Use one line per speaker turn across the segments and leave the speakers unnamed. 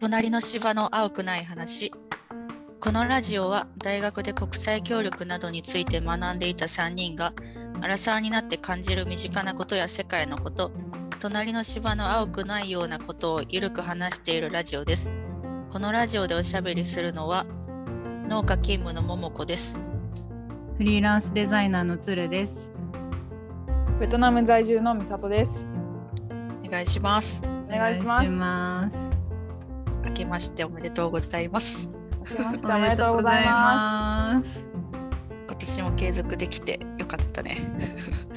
隣の芝の青くない話このラジオは大学で国際協力などについて学んでいた3人がアラサーになって感じる身近なことや世界のこと隣の芝の青くないようなことをゆるく話しているラジオですこのラジオでおしゃべりするのは農家勤務の桃子です
フリーランスデザイナーのつるです。
ベトナム在住の美里です。
お願いします
お願いします。
ます。。
明けましておめでとうございます
明けましておめでとうございます
今年も継続できてよかったね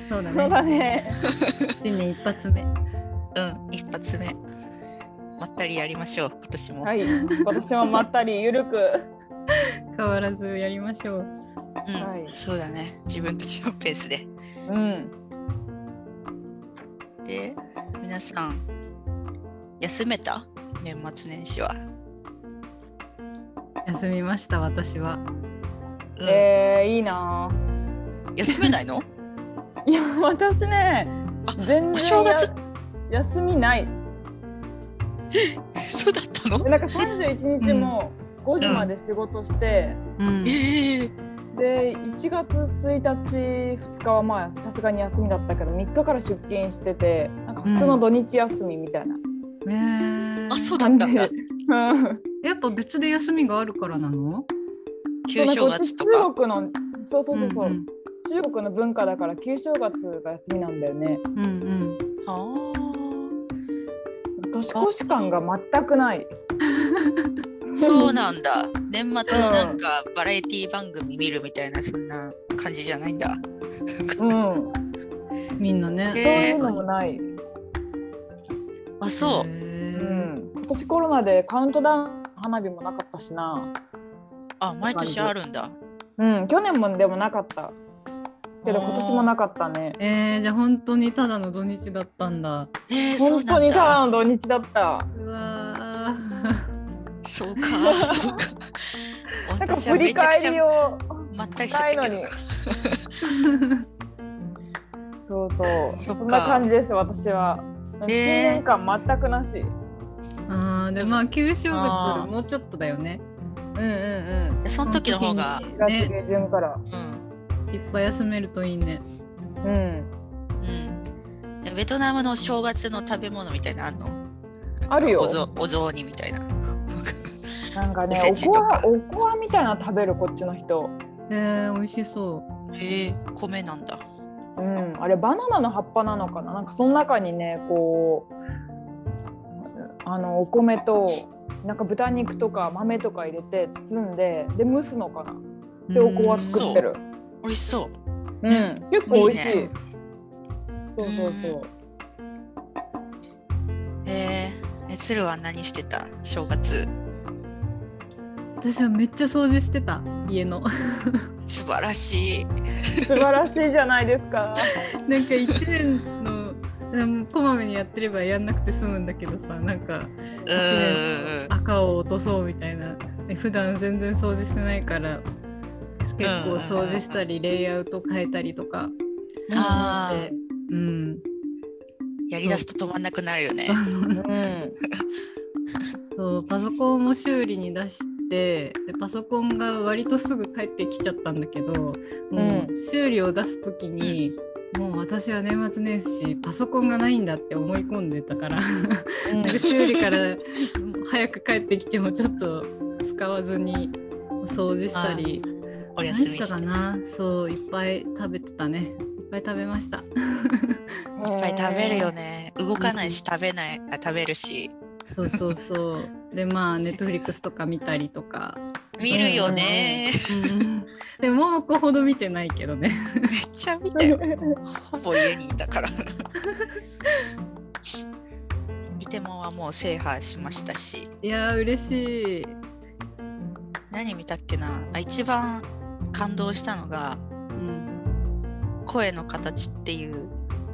そうだ
す。そうだ
ね。
ね。
新年一発目。
うん一発目まったりやりましょう今年も、
はい、今年もまったりゆるく。は
変わらずやりましょう。
うん、
はい
そうだね自分たちのペースで
うん。
で皆さん休めた年末年始は、
休みました私は。
うん
えー、いいなぁ。
休めない の
いや、私ね
あ、
全然
お正月
や休みない。
そうだったの
でなんか31日も5時まで仕事して、
うん
え。え
で、1月1日、2日はまあさすがに休みだったけど、3日から出勤してて、なんか普通の土日休みみたいな。
ねえ
あそうだったんだ
うん
やっぱ別で休みがあるからなの？
旧正月と
そうな
か
んかうち中国のそうそうそうそう、
ん
中国の文化だから旧正月が休みなんだよね
うん。うん
あ
年越し感が全くない
ー そうなんだ年末のなんかバラエティ番組見るみたいなそんな感じじゃないんだ
うんそう
うん。みんなね。
い
えー
うのもない、
あそう、
へ
う
え
ん、今年コロナでカウントダウン花火もなかったしな
あ毎年あるんだ
うん去年もでもなかったけど今年もなかったね
えー、じゃあ本当にただの土日だったんだ。
えー、そう
本当
なん
にた
だ
だの土日だった
うわ
そうか そうか
なんか
私は
振
め
り
ちゃくち
返り
ゃ
を
まったりし
な
て
い
た
の
けど
に
な
そうそう
そ
そ
っか
んな感じです私は新
えー
年感全くなし、
あーでまあ旧正
あ
月
ー
もうちょっとだよね。
うんうんうん
その時の方が
その時に
1月下旬から、
うん
いっぱい休めるといいね。
うん
うんえベトナムの正月の食べ物みたいなのあんの
あるよ
おぞお雑煮みたいな
なんかね
おせ
お
ちと
こ
か
わおこわみたいなの食べるこっちの人
えー、美味しそ
えー、米なんだ
うんあれバナナの葉っぱなのかななんかその中にねこうあのお米となんか豚肉とか豆とか入れて包んでで蒸すのかな
う。
でおこわ
そ
作
う
ってる
美味しそう
うん、結構美味しい
いいね
そうそうそう
えー、え鶴は何してた正月
私はめっちゃ掃除してた家 のなんか
素晴らしい
素晴らしいじゃないですか
1年のうんこまめにやってればやんなくて済むんだけどさなんか
う
一
ー
年
ん
の赤を落とそうみたいなで普段全然掃除してないから結構掃除したりレイアウト変えたりとか
あ
してうん
やりだすと止まんなくなるよね
うん
そうパソコンも修理に出してでパソコンが割とすぐ帰ってきちゃったんだけどもう
う
修理を出す時に、もう私は年末年始パソコンがないんだって思い込んでたか ら
うん
修理から早く帰ってきてもちょっと使わずに掃除したり
お
何
休み
した
し
か
ていっ
なそういっぱい食べてたねいっぱい食べました
ぱい食べるよね動かないし食べないあ食べるし
そうそうそうでまあネットフリックスとか見たりとか
見るよね
でももこほど見てないけどね。
めっちゃ見たよほぼ家にいた から。イテモンはもう制覇しましたし、
いやー嬉しい。
何見たっけなあ一番感動したのが、
うん、
声の形っていう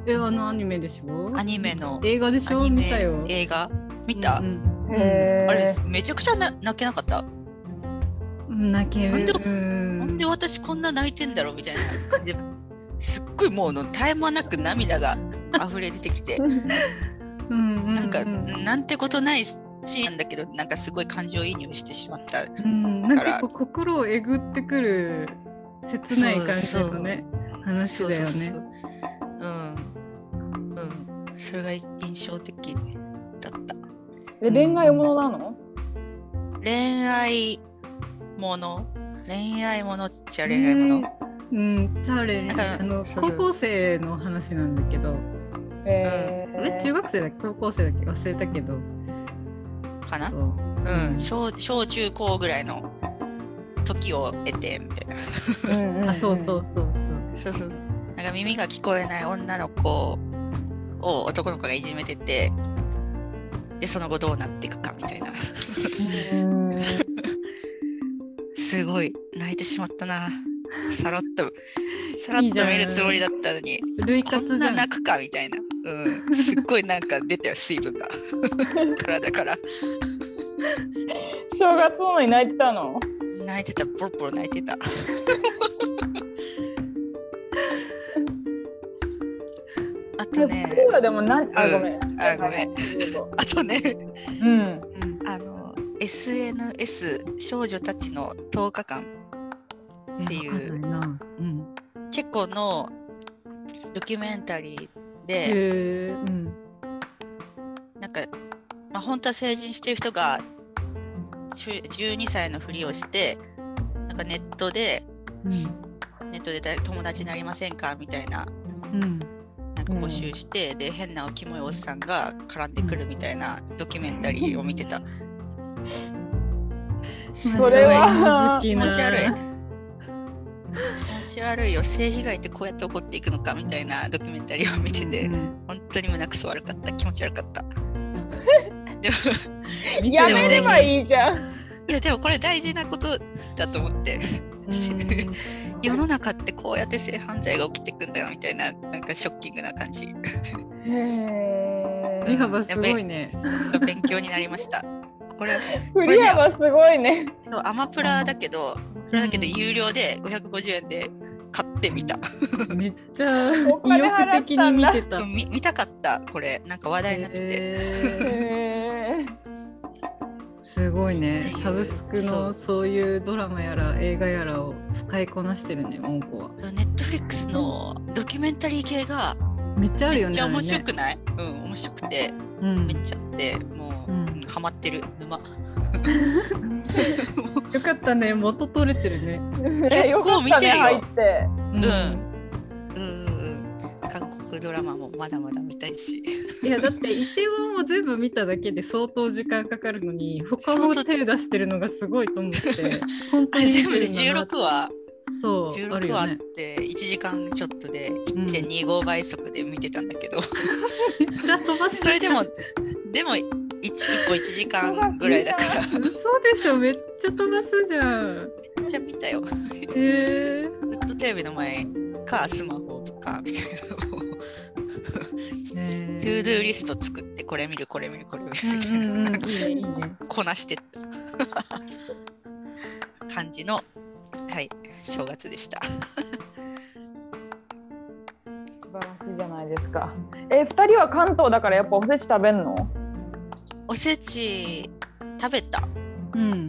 えあのアニメでしょ？
アニメの
映画でし
ア
ょ？
ニ
見
メ
たよ。
映画見た、
うん
へー
あれめちゃくちゃな泣けなかった。
うん、泣ける。
なんで
うん
なんで私こんな泣いてんだろうみたいな感じで、すっごいもうの絶え間なく涙が溢れ出てきて、
うんうんうん、
なんか、なんてことないシーンなんだけどなんかすごい感情移入してしまった
うん、なんか結構心をえぐってくる切ない感じのね話だよね
ううんうんそれが印象的だった
え恋愛ものなの、
恋愛もの恋愛ものっちゃ恋愛もの、
ねうん、チャレン
なん
ジ
か
あの
そう
高校生の話なんだけど
えー
あれ中学生だっけ高校生だっけ忘れたけど
かな
そう
うん小小中高ぐらいの時を得てみたいな
うんんん
あそうそうそうそう
そうそうなんか耳が聞こえない女の子を男の子がいじめててでその後どうなっていくかみたいな
うん
すごい泣いてしまったなさらっとさらっ
いいじ
と
ゃん
見るつもりだったのに
類
こ
活
ん
じ
な
ゃん
泣くかみたいな、うん、すっごいなんか出たよ水分が体から
正月なのに泣いてたの
泣いてたポロポロ泣いてたあと
え
ね
僕はでもなあごめん
あごめんあとね
うん
うん
あの SNS 少女たちの10日間っていう
えわかんないなうん
チェコのドキュメンタリーで
へえうん
なんか、まあ、本当は成人してる人が10 12歳のふりをしてなんかネットでネットで誰友達になりませんかみたいな
うんうん
なんか募集して、で変なキモいおっさんが絡んでくるみたいなドキュメンタリーを見てた。
それは
好き
気
な
持ち悪い。気持ち悪いよ性被害ってこうやって起こっていくのかみたいなドキュメンタリーを見てて、
うん
本当に胸くそ悪かった気持ち悪かったでも
やめればいいじゃん。
いやでもこれ大事なことだと思って
うん
世の中ってこうやって性犯罪が起きてくんだよみたいななんかショッキングな感じ
へ
振り
ー
幅すごいね
勉強になりましたこれ
振り幅すごいね。
そうアマプラだけどアマプラだけど有料で550円で買ってみた
めっちゃ意
お金
欲
払っ
的
た
に
ん
見
だ
てた
見見たかったこれなんか話題になってて。
へえ
へー
すごいね
っていう
サブスク
そ
の
う
そういうドラマやら映画やらを使いこなしてるねもんこは
ネットフリックスのドキュメンタリー系が
めっちゃある
め
よね
っちゃ面白
あ
くない、うん面白くて
れね
めっちゃあってもう、
うん
うんハマってる沼
うん、よかったね元取れてるね
結構見てるよ
かったね
う
うんうんうん韓国ドラマもまだまだ見たいし
いやだってイテウォンを全部見ただけで相当時間かかるのに他も手出してるのがすごい と思って本
あ
当
れ
に
全部で16
16
話
そうある
16話
よ
あっ
ね
て1時間ちょっとで1.25倍速で見てたんだけど、
めっちゃ飛ばしてる
それでもでも 1, 個1時間ぐらいだから
嘘でしょめっちゃ飛ばすじゃん
めっちゃ見たよ
えー
ずっとテレビの前かスマホかみたいなのを
え
トゥードゥーリスト作ってこれ見るこれ見るこれ見るみたい
うん
な、
うんうんいいねいいね
こなしてった 感じのはい正月でした。
素晴らしいじゃないですか。え、二人は関東だからやっぱおせち食べんの？
おせち食べた
うん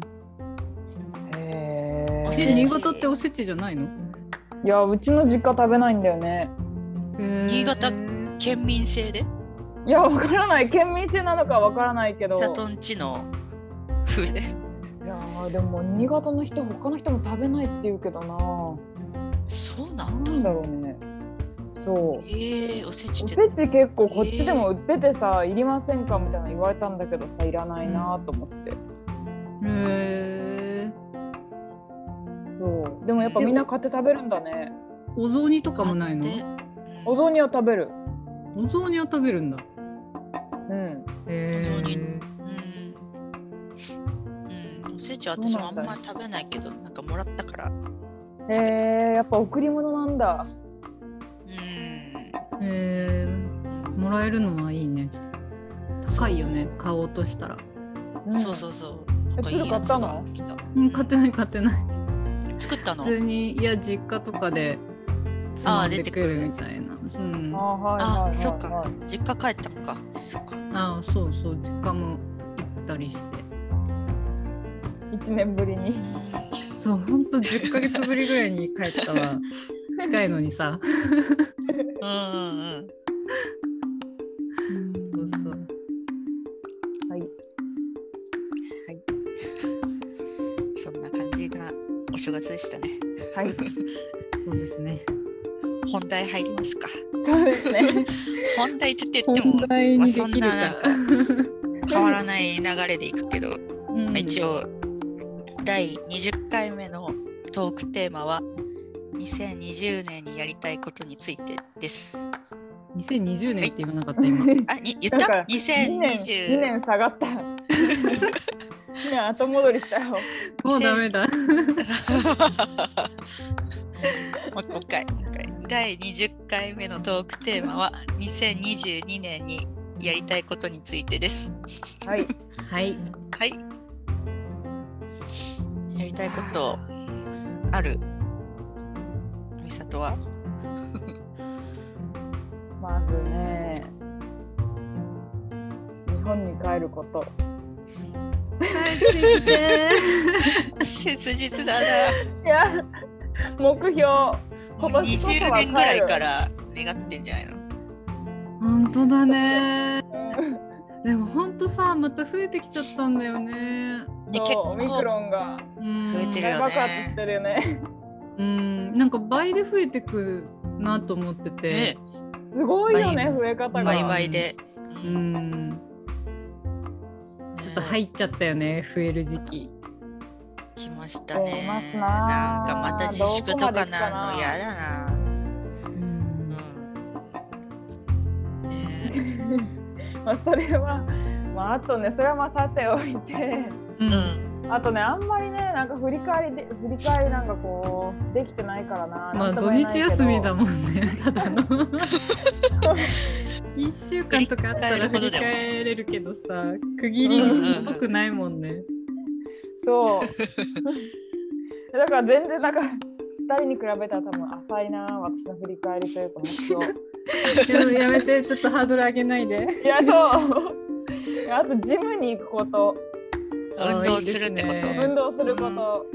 へ
おせ
え
ち
新
ー
潟っておせちじゃないの
いやうちの実家食べないんだよね。
新潟
えー
県民性で
いやわからない県民性なのかわからないけど。い
佐藤んちの風で
やーでも新潟の人他の人も食べないって言うけどな。
そうなんだ
なんだろうね。そう。
えー、おせち
お
って
せち結構こっちでも売っててさ、いりませんかみたいなの言われたんだけどさいらないなと思って、
えー
そうでもやっぱみんな買って食べるんだね
お雑煮とかもないの
買って
お雑煮を食べる
お雑煮を食べるんだ
うん
え
お雑煮
ー
うん、うん、おせちは私もあんまり食べないけどなんかもらったから
へえやっぱ贈り物なんだ
うん
えーもらえるのはいいね高いよね買おうとしたら
そう
う
そうそう。なんかいいやつが来た。
うん買ってない買ってない
作ったの
普。通にいや実家とかでつまんでくるみたいなうん
んあ
あ
はいはいはい、はい、
あ、そっか。実家帰ったのか。そっか。
あそうそう実家もたりして
1年ぶりに
そうほんと10ヶ月ぶりぐらいに帰ったわ 近いのにさ
うんうんうん。
そうそう
はい
そんな感じなお正月でしたね。
はい
そうですね
本題入りますか。
そうですね
本題って言っても
本題
まあ
に
そ
で
ん
きる
な
か、
なんか変わらない流れでいくけど、
うん
一応第20回目のトークテーマは2020年にやりたいことについてです。
2020年って言わなかった今
あ、に言
だ
っ
か
た
ら2年2
?2020
年下がった2年後戻りしたよ
もうダメだ
もうもう一回もう一回第20回目のトークテーマは2022年にやりたいことについてです。
はい
はい
はい。やりたいことある美里は
まずね日本に帰ること
帰ってきて
切実だな。
いや目標今年こそ
20
は
年
帰
ぐ
る
らいから願ってんじゃないの
本当だねでも本当さまた増えてきちゃったんだよね
で結
そうオミク
構
ロンが
うん
増えてる
大
よね
爆発してるよね
うんなんか倍で増えてくなと思ってて、
ね
すごいよね増え方
バイ
が
バイで。
うんちょっと入っちゃったよね増える時期
きましたね。
思いますな
なんかまた自粛とかなんの嫌だな。
うん
うんねえ
まあそれはまああとねそれはまあさておいて
うん
うん
あとねあんまりねなんか振り返りで振り返りなんかこうできてないからな
まあ
なんと
土
も言えない
日
けど
休みだもんねただの 一週間とかあったら振り返れるけどさ区切りっぽくないもん ね
そう だから全然なんか2人に比べたら多分浅いな私の振り返りというか目標
ややめてちょっとハードル上げないで
いやそう あとジムに行くこと
運動するってこと
あーいいですね
運動すること、なんか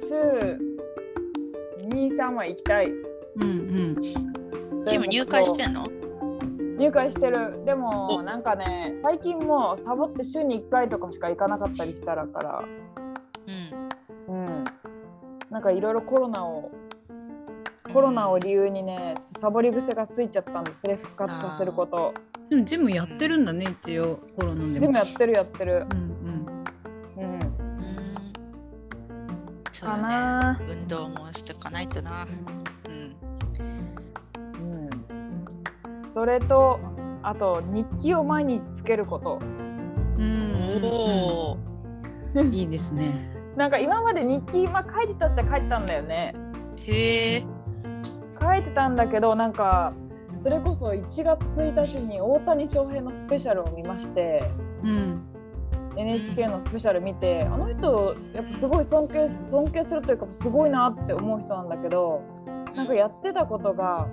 週23は行きたい
うん
チーム入会してんの
入会してるでも
お
なんかね最近もうサボって週に1回とかしか行かなかったりしたらから
うん。
うんなんかいろいろコロナをコロナを理由にねちょっとサボり癖がついちゃったんでそれ復活させること
うんでもジムやってるんだね一応コロナでも
ジムやってるやってる
うんうん
うん
うんそう
か
だね。
な
運動もしてかないとな。うん。
うんそれとあと日記を毎日つけること
うん
おお。
うんいいですね
なんか今まで日記、まあ、書いてたっちゃ書いてたんだよね
へえ。
書いてたんだけどなんかそれこそ1月1日に大谷翔平のスペシャルを見まして
うん、
NHK のスペシャル見てあの人やっぱすごい尊敬尊敬するというかすごいなって思う人なんだけどなんかやってたことが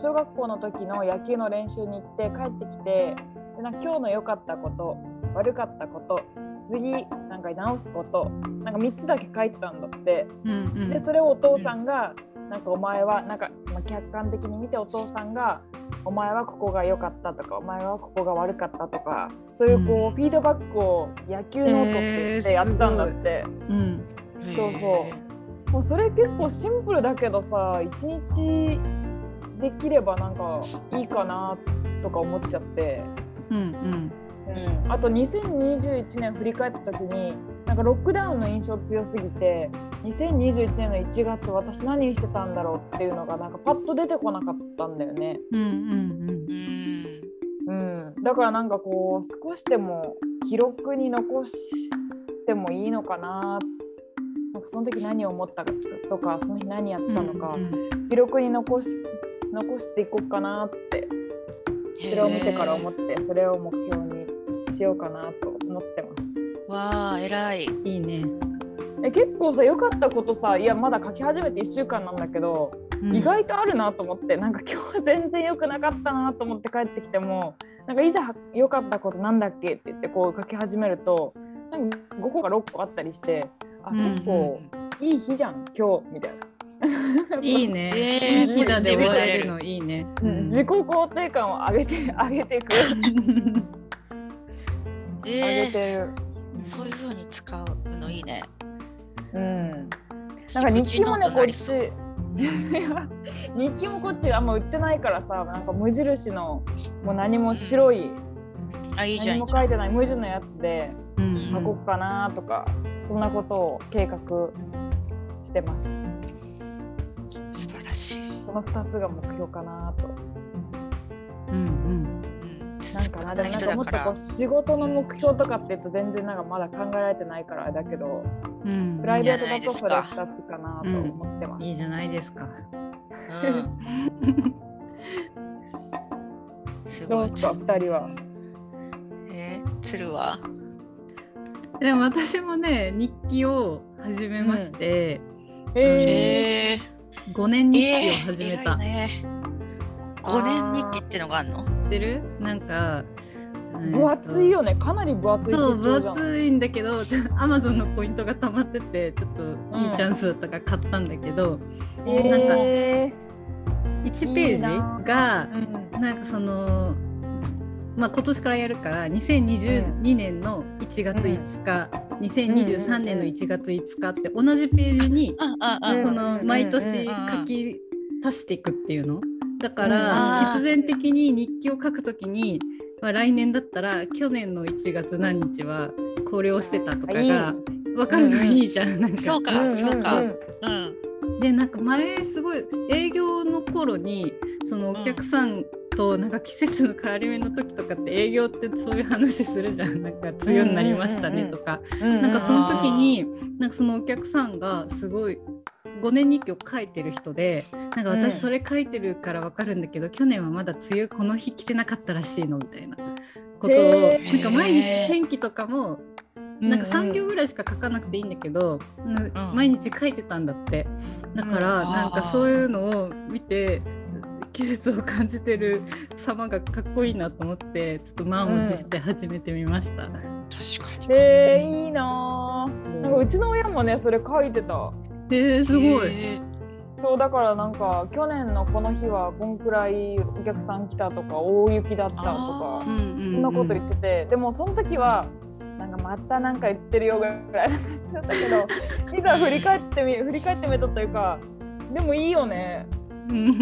小学校の時の野球の練習に行って帰ってきてでなんか今日の良かったこと悪かったこと次なんか直すことなんか3つだけ書いてたんだって。
うんうん
でそれをお父さんが「なんかお前はなんか、まあ、客観的に見てお父さんが「お前はここが良かった」とか「お前はここが悪かった」とかそういうこう、
うん
フィードバックを野球ノートって言ってやってたんだって、
うん
そうそうもうそれ結構シンプルだけどさ一日できればなんかいいかなとか思っちゃって。
うん
うんあと2021年振り返った時になんかロックダウンの印象強すぎて2021年の1月私何してたんだろうっていうのがなんかパッと出てこなかったんだよね、
うんうん
う。うん。
うん、だからなんかこう少しでも記録に残してもいいのかななんかその時何を思ったかとかその日何やっ
う
た
ん
のか、記録に残し残していこうかなってそれを見てから思
っ
ってそれを目標にしようかなと思ってます。
た。わあ、偉い。
いいね。
え結構さ良かったことさいやまだ書き始めて1週間なんだけど、意外とあるなと思ってなんか今日は全然良くなかったなと思って帰ってきてもなんかいざ良かったことなんだっけって言ってこう書き始めるとなんか5個か6個あったりしてあ
うん
結構いい日じゃん今日みたいな。
いいね。
えー
いい日だで終われる
ポ
のいいね。
うん 自己肯定感を上げて上げていく上
え
げて
ー、
る。
そういう風に使うのいいね。
うん。なんか日記もねこっち。いや日記もこっちあんま 売ってないからさなんか無印のもう何も白い
あいいじゃんい
何
い
も
じゃ
書
ん。
いてない無印のやつで
うんうん
書こうかなとかそんなことを計画してます
素晴らしい。う
その2つが目標かなと
うん
ん。
なん
続
かな
か
で
ない
もなん
人
か
だ
もっ
か
とこ
ら
う。仕事の目標とかっていうと全然なんかまだ考えられてないからあれだけど
うん
プライベートだとそれ2つかなと思ってます、
いいじゃないですか。
うん。す
ど
ご
う
い。
ですか2人は
えー、鶴は。
でも私もね日記を始めまして、
え
えー
ー、
五年日記
えー、
を始め
偉
た。
いね。五年日記ってのがあるの。
知ってる？なんかうん
分厚いよねかなり分厚い手
そう
帳じ
分
ゃん
厚いんだけどちょアマゾンのポイントが溜まっててちょっといいチャンスだったから買ったんだけど、なんか
え
1ページが
ーうん
なんかそのまあ今年からやるから2022年の1月5日、2023年の1月5日って同じページに
あああ。
うん
この毎
うん
うんう
年
ん
書き足していくっていうのだか
うん
ら
あー
必然的に日記を書くときに、まあ、来年だったら去年の1月何日はこれをしてたとかが分かるのいいじゃん。なんか
そう
うんうん
か、そうか。
う
うん
ん。
でなんか前すごい営業の頃にそのお客さんとなんか季節の変わり目の時とかって営業ってそういう話するじゃんなんか梅雨になりましたねとか、
うん
なんかその時になんかそのお客さんがすごい5年日記を書いてる人でなんか私
うん
それ書いてるからわかるんだけど、去年はまだ梅雨この日来てなかったらしいのみたいなことを
へー
なんか毎日天気とかもなんか3行
う
ぐらいしか書かなくていいんだけど、な
うん
毎日書いてたんだってだから
うん
なんかそういうのを見て季節を感じてる様がかっこいいなと思ってちょっと満を持して始めてみました、
確かに。
んえー、いいなーなんか
もう
うちの親もねそれ書いてた
えー、すごい、
え
そうだからなんか去年のこの日はこんくらいお客さん来たとか大雪だったと
あ
か
うんうんうん
そんなこと言っててでもその時はなんかまたなんか言ってるよぐらいな感じだっ たけどいざ振り返ってみ振り返ってみたというかでもいいよね
うん
っ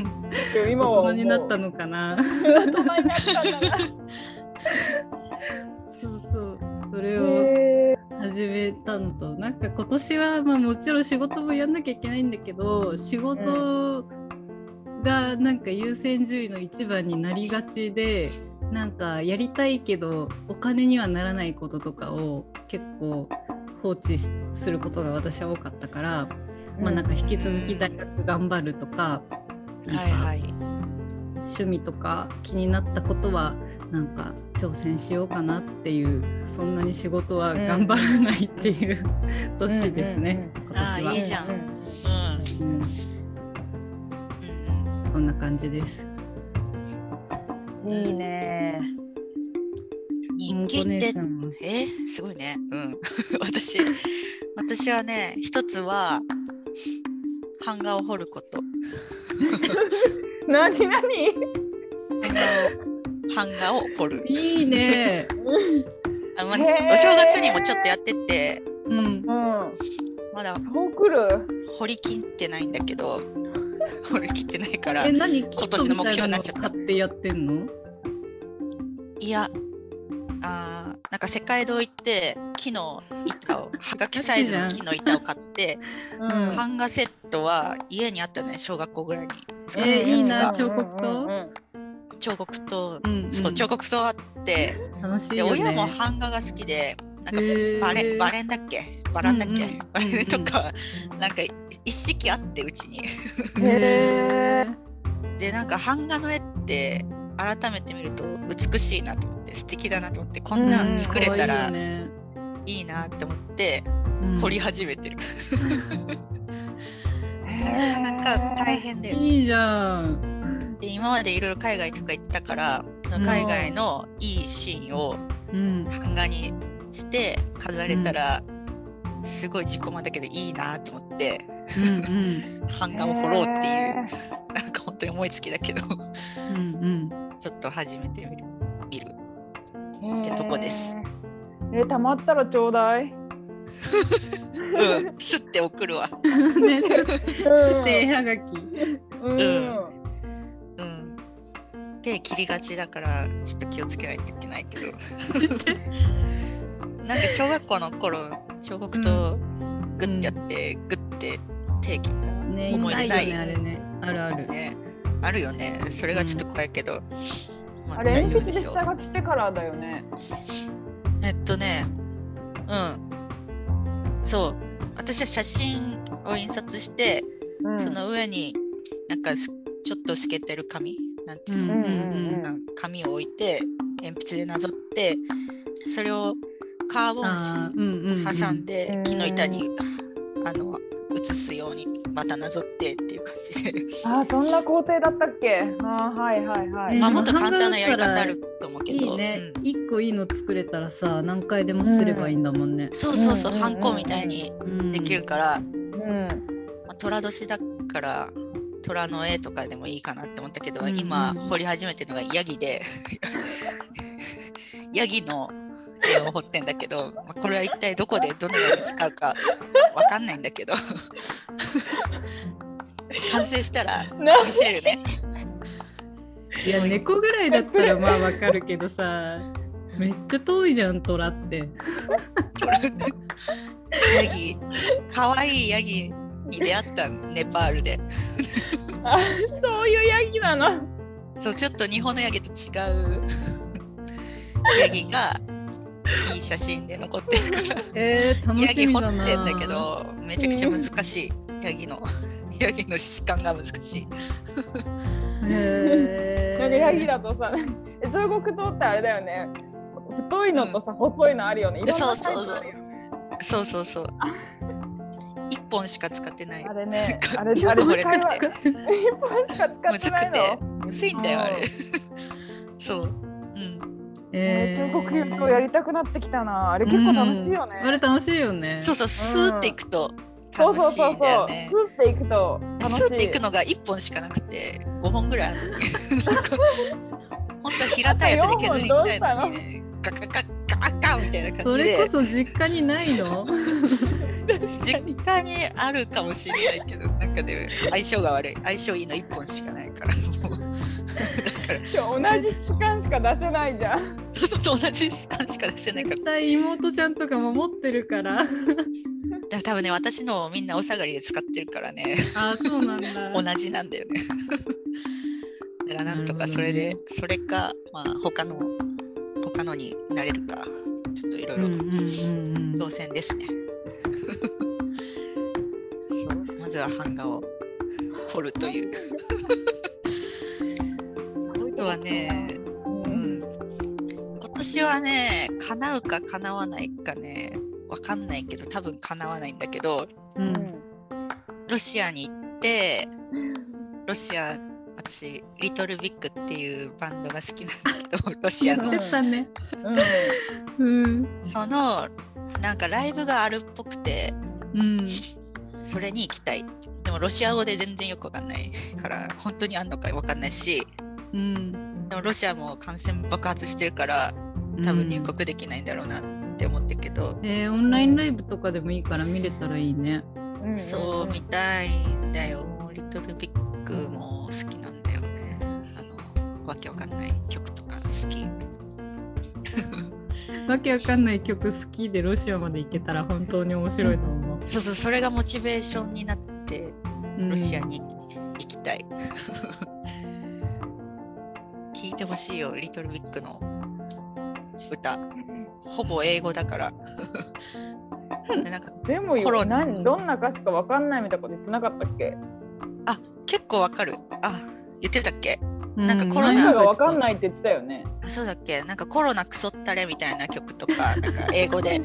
て今
大
は思
人
う
になったのかな
大人になったんだな
そう そうそれを
へ
始めたのとなんか今年はまあもちろん仕事もやんなきゃいけないんだけど仕事がなんか優先順位の一番になりがちでなんかやりたいけどお金にはならないこととかを結構放置しすることが私は多かったから、
ー
まあなんか引き続き大学頑張るとか。
ーはいはい。
趣味とか気になったことはなんか挑戦しようかなっていうそんなに仕事は頑張らないっていう、年ですね、
うんうんうん
今年
あ
は
ーいいじゃん
う
うん。
うん
うん
そんな感じです
うんいいね
うん日記
も
っ
もこ姉
て
さんは
えーすごいね。うん。 私、私はね、一つは、版画を彫ること。
何何
版画を彫る。
いいね
あまあ
へー
お正月にもちょっとやってて、
うん
うん
まだ
そうくる
彫り切ってないんだけど、彫り切ってないから
え。何
今年の目標になっちゃった
キットみいなの買ってやってんの
いや、あーなんか世界堂行って、木の板を、はがきサイズの木の板を買って、
う
うん
版画セットは家にあったね、小学校ぐらいに使って
え
る
い
や
い
つ
な
が、
彫刻と
うんうん
彫刻と、
うん、うん、
そう、彫刻刀あって、
楽しい
で
よね
親も版画が好きでなんか
へー
バレバレンだっけバランだっけ、
うんうん
バレンとか、なんか一式あってうちに
へ
へー
でなんか版画の絵って改めて見ると美しいなと思って素敵だなと思ってこんな
うん
ん作れたら
可愛いよね
いいなって思って
うん
彫り始めてる、
へー
なんか大変だよね
いいじゃん
で今までいろいろ海外とか行ったからその海外のいいシーンを
うん、
版画にして飾れたら、すごい自己満だけどいいなと思って
うん、
版画を掘ろうっていう、なんか本当に思いつきだけどち
うん、うん、
ょっと始めてみる見る
へー
ってとこです
えーたまったらちょうだい。
うんすって送るわ
うん。 ね、で、絵
う
はがき。
んうん
うんうん手切りがちだからちょっと気をつけないといけない けどなんか小学校の頃彫刻刀グッてやって、グッて手切った
ね、
思い
痛
出
い
ない
よね、あれね。あるある。
ねあるよねそれがちょっと怖いけど、ま
あれ鉛筆で
う
下書きしてからだよね。
えっとねうんそう私は写真を印刷して、
うん
その上になんかすちょっと透けてる紙なんて
う
い
ん、
う
う
の、
ん、うん。
うん紙を置いて鉛筆でなぞってそれをカーボン
あー
紙
うん、うん、
挟んで、
うん
木の板にあの写すようにまたなぞってっていう感じで、
あーそんな工程だったっけ？あーはいはいは
え
い。
ー
まあもっ
でも
と簡単なやり
半分
方あ
だったら
ると思うけど
いいね
うん、
一、個いいの作れたらさ、何回でもすればいいんだもんね。
そうそうそう、
うんうん
ハンコみたいに
うん
できる。から、
うん
まあ、虎年だから虎の絵とかでもいいかなって思ったけど、
うんうん
今掘り始めてるのがヤギで ヤギの絵を掘ってんだけど、まあ、これは一体どこでどのように使うかわかんないんだけど 完成したら
な
見せるね
いや、猫ぐらいだったら、まあ、わかるけどさ。めっちゃ遠いじゃん、虎って。
ヤギかわいいヤギに出会ったネパールで
あそういうヤギ なの。
そうちょっと日本のヤギと違うヤギがいい写真で残ってるから
えー、楽
ヤギ
しみ
掘っ
だな。
てんだけどめちゃくちゃ難しい、ヤギのヤギの質感が難しい
へー。
なんかヤギだとさ、 え彫刻刀ってあれだよね。太いのとさ、細いのあるよね。いろんな
そうそうそう
タイプあるよね
そうそうそう一本しか使ってない
あれね、あ
よ
れ
く
あれ
掘
実
れ
際
な
は
くて
一本しか使
む
って
ず
ない
く
の。
てむずいんだよあれそううん
え
え
ー
ー
彫刻刀やりたくなってきたな。あれ結構楽しいよね。
うんあれ楽しいよね。
そうそうスーっていくと
そう
楽
そう
しい
そうん
だ
そ
よ
う。
ね
スっていくと楽しい。
スーっていくのが一本しかなくて五本ぐらいあ るのになんか本当は平たいやつで削りたいのにねガガガガガガみたいな感
そ
じ
れこ
で
そ実家にない の
実家にあるかもしれないけどなんかでも相性が悪い相性いいの一本しかないからもうだから
同じ質感しか出せないじゃん。
そうそう同じ質感しか出せないから
絶対妹ちゃんとかも持ってるから。
だから多分ね私のをみんなお下がりで使ってるからね
あーそうなんだ。
同じなんだよねだからなんとかそれで、
なる
それかまあ他の他のになれるかちょっといろい
うん
ろ
うんうんうん
挑戦です ね。そうまずは版画を彫ると いう。あとはね、うん、今年はね叶うか叶わないかねわかんないけど多分叶わないんだけど
うん
ロシアに行ってロシア私リトルビッグっていうバンドが好きなんだけどロシアの
やったね。
うん
うん。
そのなんかライブがあるっぽくて。
うん。
それに行きたい。でもロシア語で全然よくわかんないから、本当にあんのかわかんないし、
うん。
でもロシアも感染爆発してるから、多分入国できないんだろうなって思ってるけど、
えーオンラインライブとかでもいいから見れたらいいね。
うんうん
そうみたいんだよ。リトルビッグも好きなんだよね。あの、わけわかんない曲とか好き。
わけわかんない曲好きでロシアまで行けたら本当に面白いと思う。
そうそう、それがモチベーションになって、
うん
ロシアに 行きたい。 聞いてほしいよ、リトルビッグの歌。ほぼ英語だから。でなんか
でも
コロ
よ、
ナ
何どんな歌詞かわかんないみたいなこと言ってなかったっけ？
あ結構わかる。あ言ってたっけなん
な
かコロナ
何かがわかん
い。
ないって言ってたよね。
あそうだっけなんかコロナクソったれみたいな曲とか、なんか英語 で。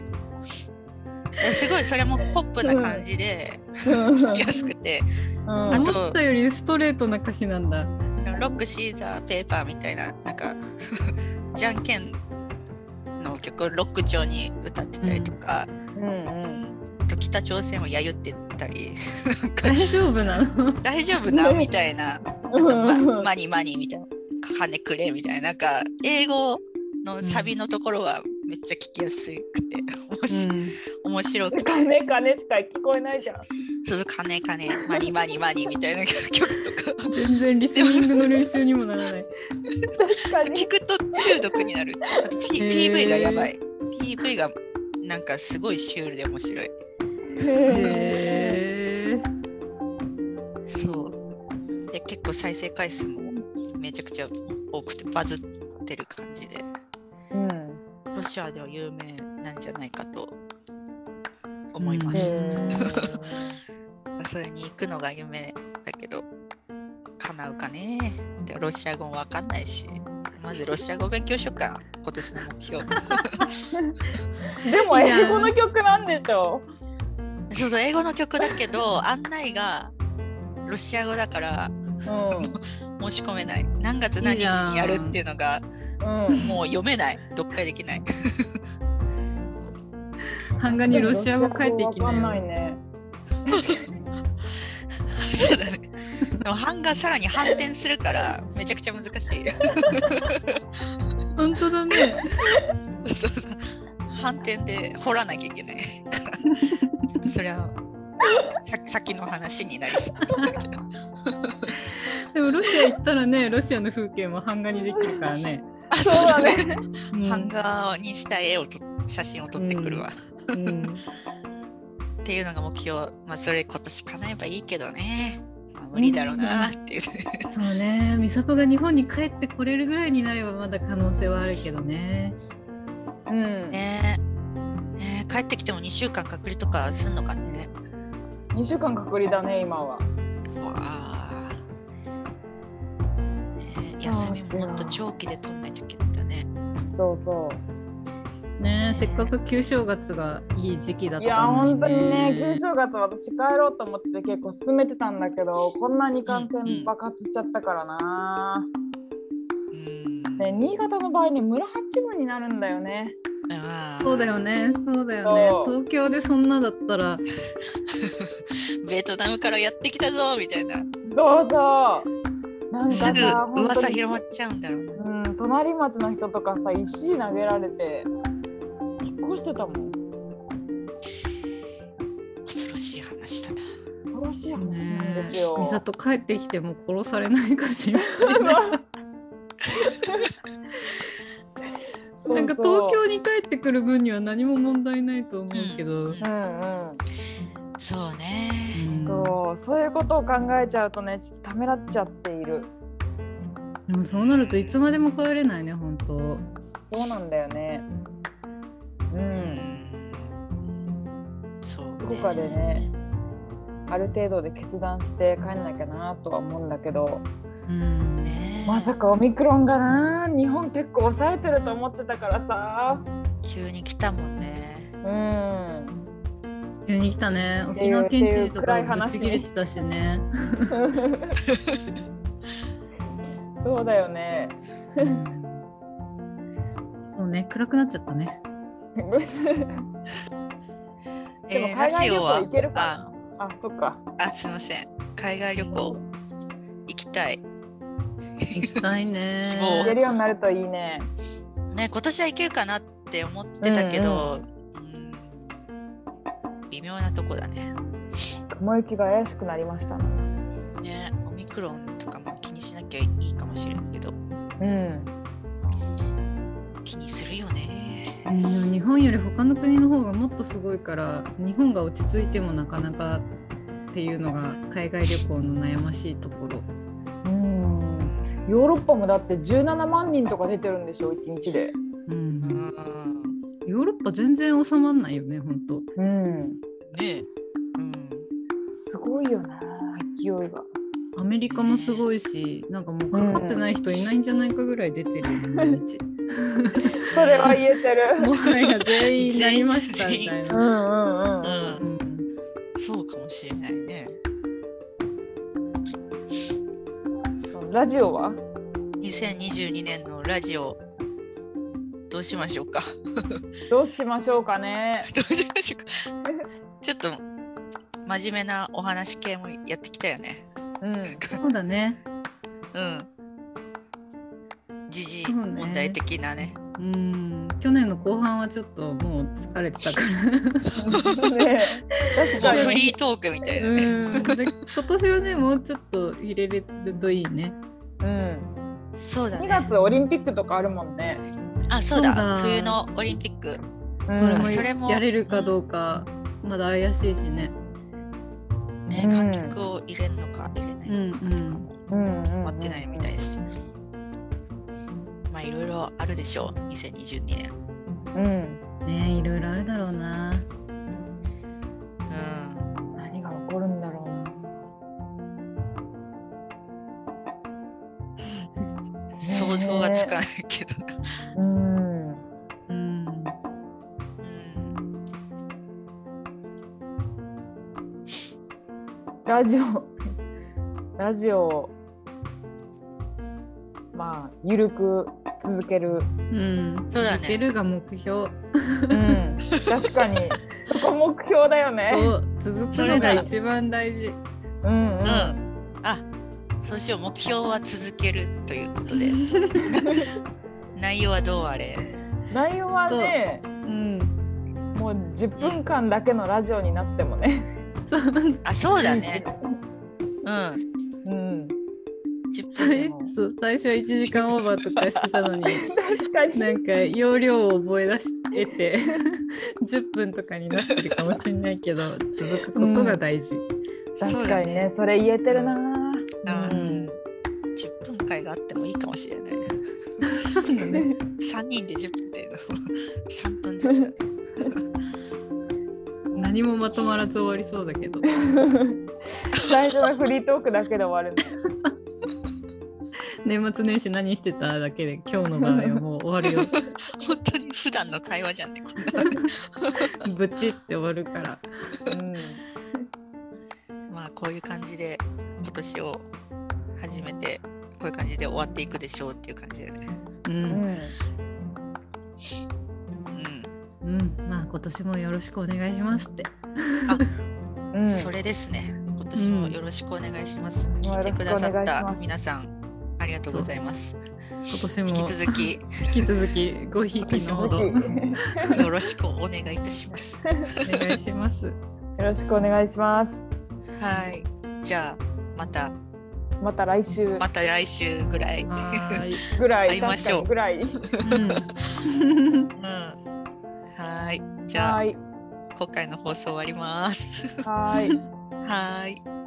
ですごいそれもポップな感じで
うん
聞きやすくて、
うん
あと
思ったよりストレートな歌詞なんだ。
ロックシーザーペーパーみたいななんかじゃんけんの曲をロック調に歌ってたりとか、
うんうん
と北朝鮮をやゆってたり
大丈夫なの
大丈夫なみたいなあと
う
マ
んうんうん
マニマニみたいな金くれみたいななんか英語のサビのところはめっちゃ聞きやすくて面白面白くて
金金しか聞こえないじゃん。
そう金金マニマニマニみたいな曲とか
うん全然リスニングの練習にもならない。
確かに
聞。くと中毒になる。あと P-
へー
PV がやばい。PV がなんかすごいシュールで面白い。
へ
へー
そう。で、結構再生回数もめちゃくちゃ多くてバズってる感じで、
ーうん
ロシアでは有名なんじゃないかと思いま
へ
す。
ー
それに行くのが夢だけど、叶うかね。でロシア語もわかんないし、まずロシア語勉強しようかな。今年の目標。
でも英語の曲なんでしょ
そうそう、英語の曲だけど、案内がロシア語だから
う。
申し込めない。何月何日にやるっていうのが
んうん。
もう読めない。読解できない。
版画にロシア語書いていき
わかんな
ないよ。
ね。
そうだね。でも版がさらに反転するからめちゃくちゃ難しい。
本当だね。
そうそう。反転で掘らなきゃいけないから。ちょっとそれはさ先の話になり そうだけど。
でもロシア行ったらね、ロシアの風景も版画にできるからね。
あ、
そうだね。。
うん
版画にした絵をと写真を撮ってくるわ。
うん
っていうのが目標、まあ、それ今年叶えばいいけどね、まあ、無理だろうなっていう、
そうね、美里が日本に帰ってこれるぐらいになればまだ可能性はあるけどね。
う ん。
ねえー帰ってきても2週間隔離とかすんのかね
二週間隔離だね今は。
わあ、ねえ休みももっと長期で取んないといけないんだね
そうそう。
ねせっかく旧正月がいい時期だっ
いや
たのに、
本当にね旧正月私帰ろうと思って結構進めてたんだけどこんなに感染爆発しちゃったからな、
うん
ね、新潟の場合ね村八分になるんだよね
ああ
そうだよね、そうだよね。
そ
東京でそんなだったら、
ベトナムからやってきたぞみたいな
どうぞなんか
す
さ
ぐ
本当
噂
に
広まっちゃうんだろうな
うん隣町の人とかさ石投げられて引っ越してたもん
恐ろしい話だな
恐ろしい話なん
ね
ですよ、
美里帰ってきても殺されないかしら。
そうそう
なんか東京に帰ってくる分には何も問題ないと思うけど。
うんうん
そうね
そうそういうことを考えちゃうとねちょっとためらっちゃっている
でもそうなるといつまでも帰れないね本当。
そうなんだよね。う、
うんんそうね
どこかでねある程度で決断して帰んなきゃなとは思うんだけど
うん。
ねえ
まさかオミクロンがな日本結構抑えてると思ってたからさ
急に来たもんね。
うん
急に来たね沖縄県知事とかぶっちぎれてたしね。
そうだよね
うんそうね暗くなっちゃったね。
でも
えー
海
ラ
外
ジ
旅
オ
行
は
行けるか
あ
なあそっか
あすみません海外旅行行きたい。
行きたいね。
希
行
望
けるようになるといいね
ね今年は行けるかなって思ってたけど、うん微妙なとこだね。
雲行きが怪しくなりましたね
ねオミクロンとかも気にしなきゃいいかもしれんけど
うん
気にするよね。
うんでも日本より他の国の方がもっとすごいから日本が落ち着いてもなかなかっていうのが海外旅行の悩ましいところ。
うんヨーロッパもだって17万人とか出てるんでしょ1日で
うん
う、ん
ヨーロッパ全然収まんないよね本当。
うん
ねえ。うん
すごいよな勢いが。
アメリカもすごいしなんかもうかかってない人いないんじゃないかぐらい出てるよね毎日。
それは言えてる。
もはや全員なりました みたい
うん
な。
うんうん。
う
うんん
そうかもしれないね。
そうラジオは
2022年のラジオどうしましょうか
どうしましょうかね。
どうしましょうかちょっと真面目なお話系もやってきたよね
うん、
そうだね。
うん時事
そうね
問題的なね
うん。去年の後半はちょっともう疲れてたか
ね確
もう
か
フ
に
リートークみたい
ら。
なね、
うん。で今年はねもうちょっと入れれるといいね。
うん、
そうだ
2
ね
月オリンピックとかあるもんね。
あそうだ
そうだ
冬のオリンピック
う
それ
あ
も
それも
やれるかどうかまだ怪しいしね。
ね、
うん
観客を入れるのか入れないのかとかも
うんうんうん
待ってないみたいです。まあいろいろあるでしょう、2022年。
うん、
ねいろいろあるだろうな。
うん。
何が起こるんだろ
想像がつかないけど。
うな。うん
うん。
うん
ラジオ、ラジオ、まあ、ゆるく続ける。
うん。
そうだね
続けるが目標。
うん、確かに、そこ目標だよね。
を続く
そ
の
れ
が
だ
一番大事。
うん、う
う
ん
ん。あそうしよう、目標は続けるということで。内容はどうあれ。
内容はね、
うん。
もう10分間だけのラジオになってもね。
そう
あ、そうだね。うん。
うん、
10分で も。
そう最初は1時間オーバーとかしてたのに
確 かに。
なんか容量を覚え出してて 10分とかになってるかもしんないけど続くことが大事。
そう
確
だ
かにね、。それ言えてるな。
う
うん
ん。10分会があってもいいかもしれない。3人で10分って いうの3分ずつだね。
何もまとまらず終わりそうだけど。
最初はフリートークだけで終わるんだ。
年末年始何してただけで今日の場合はもう終わるよ
本当に普段の会話じゃんね。こんな
ブチって終わるから
まあこういう感じで今年を始めてこういう感じで終わっていくでしょうっていう感じでね。
う、
うんん、
う、
うん、まあ今年もよろしくお願いしますって
うん、うんん、
それですね。今年もよろしくお願いします。聞いてくださ
よろ
っ
しくお願いしたます
皆さんありがとうございます。
今年も
引き続き
引き続きごひいきのほどお
よ
よろしくお願いいたします。
願いし ます。
ろしくお願いします。
はい。じゃあまた
また来週
また来週ぐらい。うん。
はー い。
ぐらい、
会いましょう
確かにぐらい。
うん
はい。じゃあ
はい、
今回の放送終わります。
はい。
はい。